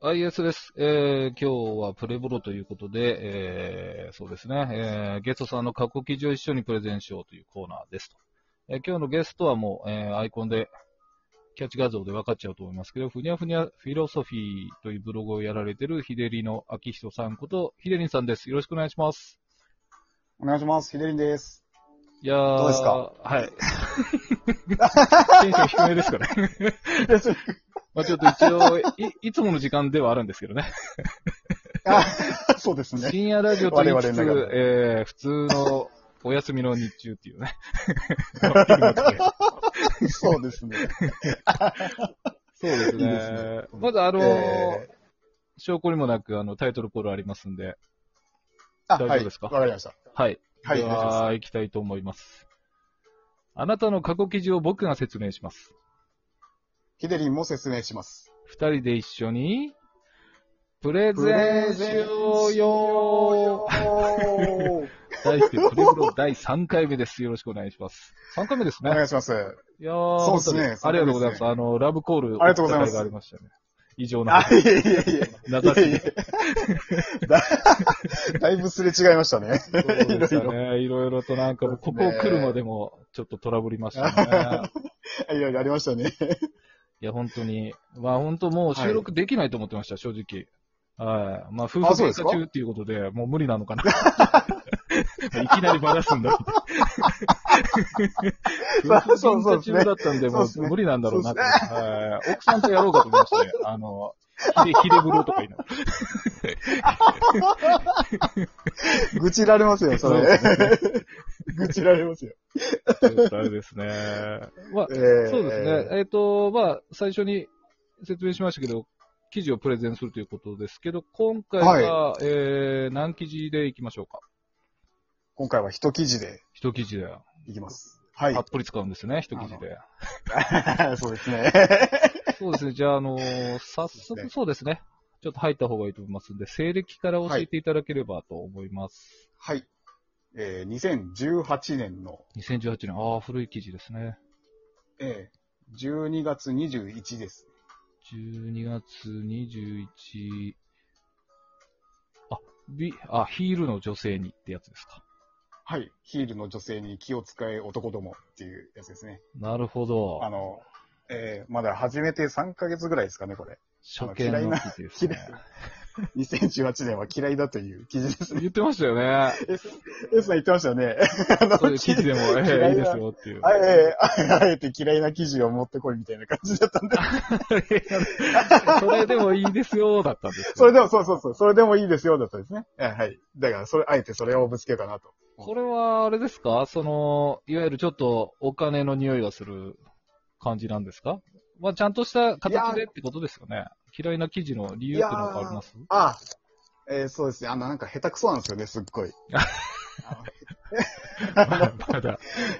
IS です。えー、今日はプレボロということで、えー、そうですね、えー、ゲストさんの過去記事を一緒にプレゼンしようというコーナーですと。えー、今日のゲストはもう、えー、アイコンで、キャッチ画像で分かっちゃうと思いますけど、ふにゃふにゃフィロソフィーというブログをやられてるヒデリの秋人さんこと、ヒデリンさんです。よろしくお願いします。お願いします。ひでりんです。いやーどうですか はい。テンション低めですかね。まあちょっと一応い、いつもの時間ではあるんですけどね。あそうですね。深夜ラジオと言いつ我つ、々の中えー、普通のお休みの日中っていうね。昼間とかそうですね。 そうですね。いいですねまだあの、え証拠にもなくあのタイトルコールありますんで、あ、大丈夫ですかはいわかりました。はい。はい、で大丈夫は、行きたいと思います。あなたの過去記事を僕が説明します。です。ひでりんも説明します。二人で一緒に、プレゼンしようよー題して、プレブロ第3回目です。よろしくお願いします。3回目ですおね。願いします。いやそそうですねありがとうございます。あの、ラブコール、ありがとうございますがありましたね。異常なあ、。いえいえいえ。名い指えいしで。えだ だいぶすれ違いましたね。そうでしいたね。いろいろとなんかもう、ここを来るまでも、ちょっとトラブりましたね。いろいろありましたね。いや、本当に。まあ、本当もう収録できないと思ってました、正直。はい。まあ、夫婦あそう喧です嘩か中っていうことで、もう無理なのかな。いきなりばらすんだ。夫婦そうそう喧嘩です中ねだったんで、そうもですうね無理なんだろうなと。そうではい。奥さんとやろうかと思いましたね。あの、ひで、ひでぶろとか言いながら。愚痴られますよ、そそうれで。愚痴られますよ。ちょっとあれですね。 まあ、えそうですね。。えっ、と、まあ、最初に説明しましたけど、記事をプレゼンするということですけど、今回は、えー、何記事でいきましょうか。今回は一記事で一記事で。いきます。はいたっ。ぷり使うんですね、一記事で。 そうですね。 そうですね。じゃあ、あのー早そうです速ねそうですね。ちょっと入った方がいいと思いますんで、西暦から教えていただければと思います。はい。えー、2018年の、 2018年、ああ、古い記事ですね。えー、12月21です。 12月21、あ、ビ、あ、ヒールの女性にってやつですか。はい。ヒールの女性に気を使え男どもっていうやつですね。なるほどあ。の、えー、まだ始めて3ヶ月ぐらいですかね、これ。初見の記事ですね。 2018年は嫌いだという記事で すね。言ってましたよね。 S, S さん言ってましたよね。 そういう記事でも、ええ嫌いいいでなすよっていう。あえーああえて嫌いな記事を持ってこいみたいな感じだったんで。 それでもいいですよ、だったんですよそれでも、そうそうそう。それでもいいですよ、だったんですね。えーはい。だから、それ、あえてそれをぶつけようかなと。これは、あれですかその、いわゆるちょっとお金の匂いがする感じなんですかまあ、ちゃんとした形でってことですよね。嫌いな記事の理由っていうのがありますああ、えーそうですね。あの、なんか下手くそなんですよね、すっごい。 まだ。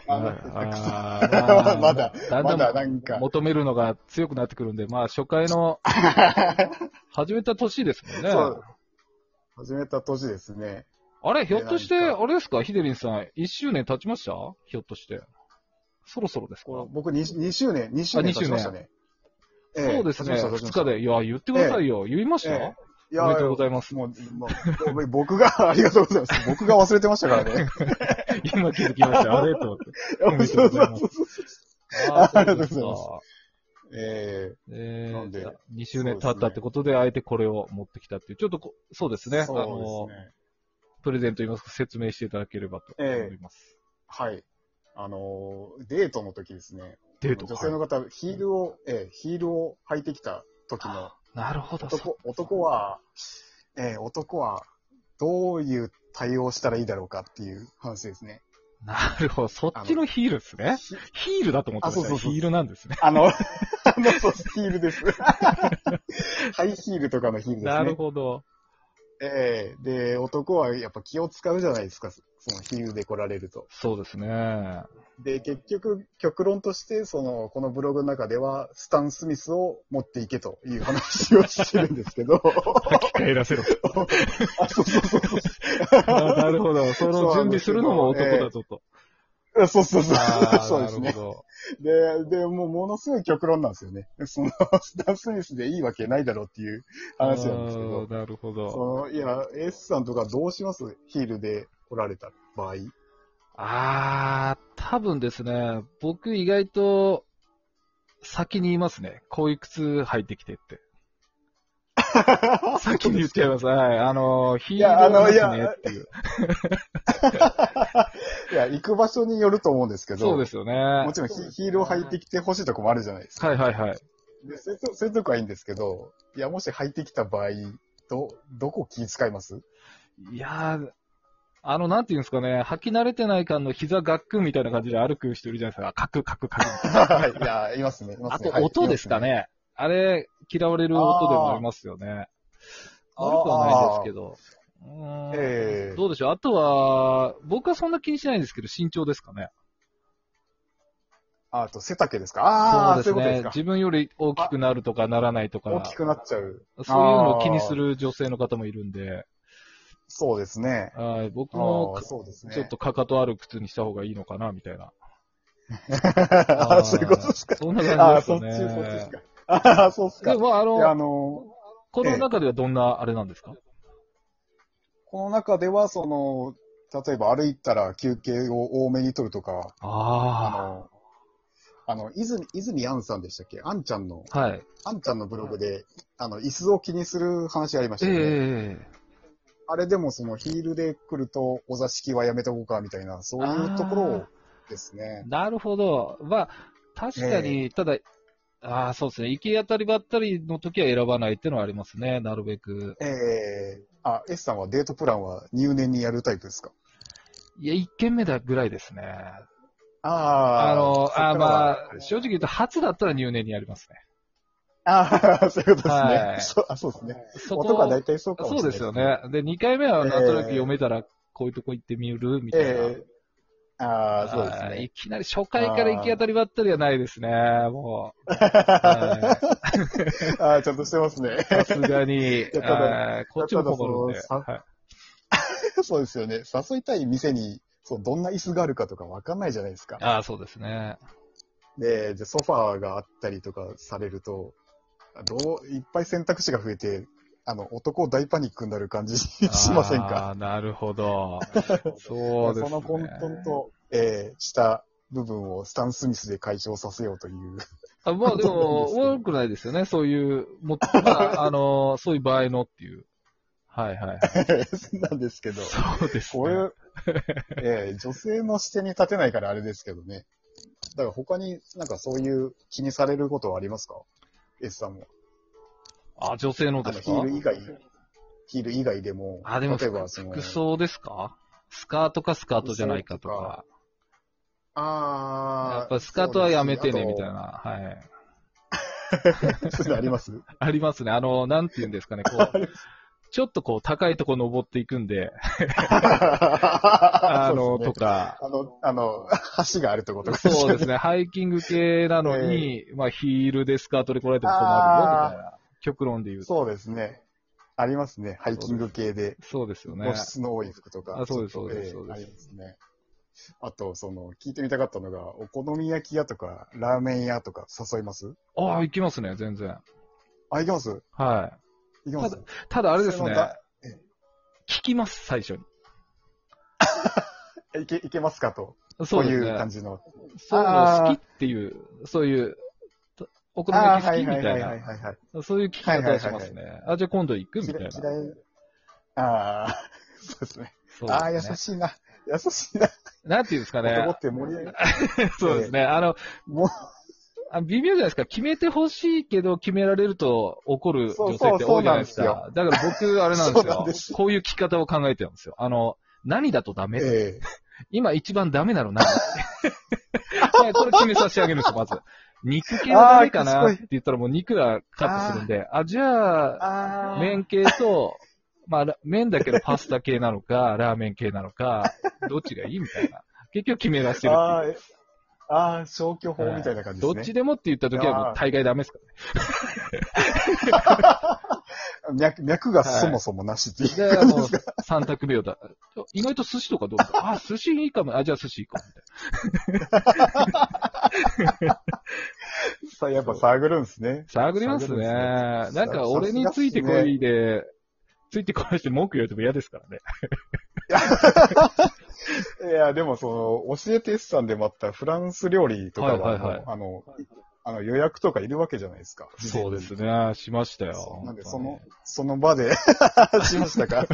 あのあーまあまだ、だんだ まんだなんか。求めるのが強くなってくるんで、まあ、初回の、始めた年ですもんね。そう。 始めた年ですね。あれ、ひょっとして、なんかあれですか、ヒデリンさん、1周年経ちましたひょっとして。そろそろですか、こう僕 2, 二周年、2周年経ちましたね。そうですね、経ちました2日。で。いや、言ってくださいよ。言いました、えいおやめでとうございます。もう、もうもう僕が、あ りがとうございます。僕が忘れてましたからね。今気づきま した。あれと思って。おめでとそううございまそうすそう。あーありがとうございますそえうですなかんえでー、2周年経ったってことで、あえてこれを持ってきたっていう、ちょっとこそうですーね。あそのうですね。プレゼント言いますか、説明していただければと思います。はい。あのー、デートの時ですね。デート女性のはい方、ヒールを、えーヒールを履いてきた時のなるほど。そう男、男は、えー男は、どういう対応したらいいだろうかっていう話ですね。なるほど。そっちのヒールですね。ひヒールだと思ってました。あそうそうそうヒールなんですね。あの、 あの、そう、ヒールです。 ハイヒールとかのヒールですね。なるほど。ええで、男はやっぱ気を使うじゃないですか、そそのヒールで来られると。そうですね。で、結局、極論として、その、このブログの中では、スタン・スミスを持っていけという話をしてるんです けど、機械らせろと。 あ、そうそうそうそう。あなるほど。その準備するのも男だぞと。そうそうそうあ。そうでーなるすね。ほで、で、もうものすごい極論なんですよね。 その、スタン・スミスでいいわけないだろうっていうど。話なんですけどあ。ーなるほど。そのいや、S さんとかどうしますヒールで来られた 場合。あー、多分ですね、僕意外と先に言いますね。こういう靴履いてきてって。先に言っちゃいます。はい。あの、ヒールやあのはいやねっていう。いや、行く場所によると思うんですけど、そうですよね。はもちろんヒヒールを履いてきてほしいとこもあるじゃないですか。いはいはい。でそういうとそういうとこはいいんですけど、いや、もし履いてきた場合、ど、どこ気遣います いやー、あの、なんていうんですかね、履き慣れてない感の膝ガックンみたいな感じで歩く人いるじゃないですか。カクカクカク。はい、いや、いますね。いまあすねと、音ですか。はいいね。あれ、嫌われる音でもありますよね。あー悪くはないですけど。うーんええどうでしょうあとは、僕はそんな気にしないんですけど、身長ですかね。ますねあと、背丈ですかああ、そういうことですか。自分より大きくなるとかならないとか、大きくなっちゃう。そういうのを気にする女性の方もいるんで、そうですね。はい僕あもあ、そうですね。ちょっと。かかとある靴にした方がいいのかな、みたいな。 ああ、そういうことですか。そんなあ感あ、じそっち、でそすよね。っちですか。ああ、そうっすかで。も、あいや、の、あの、この中ではどんなあれなんですか、この中では、その、例えば歩いたら休憩を多めに取るとか、ああの、あの、泉、泉杏さんでしたっけあんちゃんの、あ。はい。あんちゃんのブログで、あの、椅子を気にする話ありましえたよね。えあれでもそのヒールで来るとお座敷はやめとこうかみたいな、そういうところをですね。なるほど。まあ、確かに、ただ、ああ、そうですね。行き当たりばったりの時は選ばないっていうのはありますね。なるべく。ええあ、S さんはデートプランは入念にやるタイプですかいや、一軒目だぐらいですね。あああの、あーまあ、正直正直。言うと、初だったら入念にやりますね。ああ、そういうことですね。はいそうあそうですね。そこ男は大体そうかもしれそなういですよね。で、二回目はなんとなく読めたら、こういうとこ行ってみるみたいな。ええああ、そうですはいねい。きなり初回から行き当たりばったりはないですね。もう。はあい あ、ちゃんとしてますね。さすがに。やただはいこっちも困るんでや。ただそはいそうですよね。誘いたい店に、そう、どんな椅子があるかとかわかんないじゃないですか。ああ、そうですね。で、じゃあソファーがあったりとかされると、どう、いっぱい選択肢が増えて、あの、男大パニックになる感じしませんかあーなるほ ど。そうですね。の混沌と、えー、した部分をスタン・スミスで解消させようという。あまあでも、悪くないですよね。そういう、も っとまあ、あの、そういう場合のっていう。はいはいは い。なんですけど。そうですね。 こ れ、ええ女性の視点に立てないからあれですけどね。だから他になんかそういう気にされることはありますか ?S さんも。あ、女性のあでのすヒかール以外、ヒール以外でも、あ、でも、例えばその、服装ですかスカートかスカートじゃないかとか。ああ、やっぱスカートはやめてね、みたいな。な。はい。あとそういうのあ りますありますね。あの、なんて言うんですかね、 こう。ちょっとこう、高いとこ登っていくんで、ああの、と。か、あの、あの、 橋があるってことですねそうですね。ハイキング系なの に、まあヒールでスカートで来られても困るよ、みたいな。極論で言うと。そうですね。ありますね。ハイキング系で。そうですよね露。出の多い服とか。あそうですちょっとそうですええそうですありますね。あと、その、聞いてみたかったのが、お好み焼き屋とか、ラーメン屋とか誘いますああ、行きますね、全然。あ、行きますは行きますい。ただあれですそねの、だ聞きます、最初に。いけ、いけますかと。そうこでうすいう感ね。じの。そういうの好あきっていう、そういう、お好みあ焼ーき好はきみいはいたはいいはいな、はいはい。そういう聞き方をしますね。あ、じゃあ今度行くみ嫌たいいな。嫌い。ああ、そうですね。そうああ、で優すねしいな。優しいな。なんていうんですか男ねっ。て盛り上がる。そうですね。あの、もう、あ微妙じゃないですか。決めてほしいけど、決められると怒るそう女性って多いじゃないですそうそうか。だから僕、あれなんですそうなよんですこういう聞き方を考えてるんですよ。あの、何だとダメ、ええ今一番ダメなの何 はい、これ決めさせてあげるんですよ、まず。肉系はダメかあーなっ賢いて言ったらもう肉がカットするんで、あじゃあ、ああ。麺系と、まあ、ラ麺だけどパスタ系なのか、ラーメン系なのか、どっちがいいみたいな。結局決め出してるっていうあーえあー、消去法みたいな感じですね。どっちでもって言った時はもう大概ダメですから脈脈がそもそもなしっていう。 で、もう、三択目をだ。意外と寿司とかどうですかあ、寿司いいかも。あ、じゃあ寿司行こう。みたいさやっぱ探るんですね。探りますね。探るんですなんねか俺についてこいで、ついてこいして文句言われても嫌です からね。いや、でもその、教えて S さんで待ったフランス料理とかは、はいはいはいあの、あの予約とかいるわけじゃないですか。そうですね。しましたよそ。うなんで、そ本の、その場で、 しました か。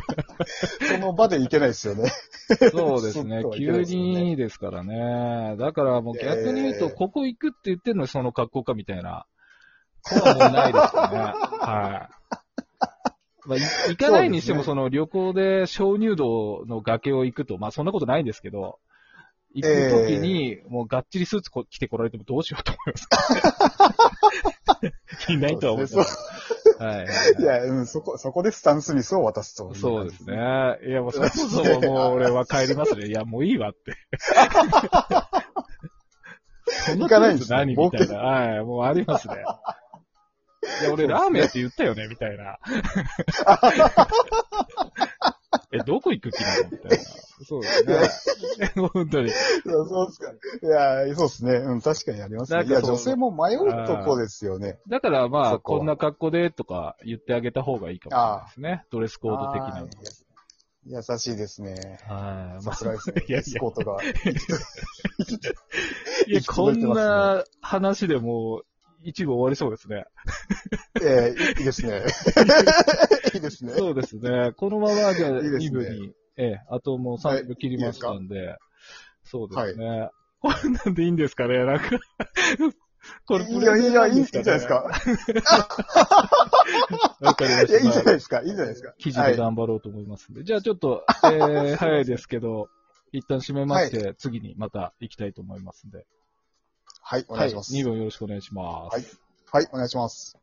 その場でいけないですよね。 当にそうですねそ。ういけな急いですよねにですからね。だからもう逆に言うと、えーここ行くって言ってるのにその格好かみたいな。こうはもうない ですよね。はい。まあ、い行かないにしても、そその旅行で鍾乳洞の崖を行くと、まあそんなことないんですけど、行くときに、もうがっちりスーツこ着てこられてもどうしようと思い ます。いないとは思いますそうで。はいはいはいいや、うん、そこ、そこでスタンスミスを渡すと。そうです。ね。いや、もうそもそももう俺は帰りますね。いや、もういいわって。 そ行かないんですね何み冒たい険な。はい、もうありますね。いや、俺ラーメンって言ったよね、みたい な。え、どこ行く気なのみたいな。そうですね。本当に。いやそうですか。いや、そうですね。うん、確かにありますなね。んいかや、その女性も迷うとこですよね。だからまあ、そこはこんな格好でとか言ってあげた方がいいかもしれないですね。ドレスコード的なの。あー優しいですね。はい。まさあすがですね。いやいやスコート が。いや、息こ届いんてますねな話でもう、一部終わりそうですね。ええいいです ね。いいですね。そうですね。このままじゃあ いいですね2部に、ええ、あともう3部切りましたんで、そうですね。こんなんでいいんですかねなんか、これいや、いや、いいんじゃないです。か。わかりまいや、いいんじしゃたな。いですか。いいんじゃないですか。記事で頑張ろうと思いますんで。じゃあちょっと、 えー、早いですけど、一旦締めまして、次にまた行きたいと思いますんで。はい、お願いします。 2部よろしくお願いします。はい、お願いします。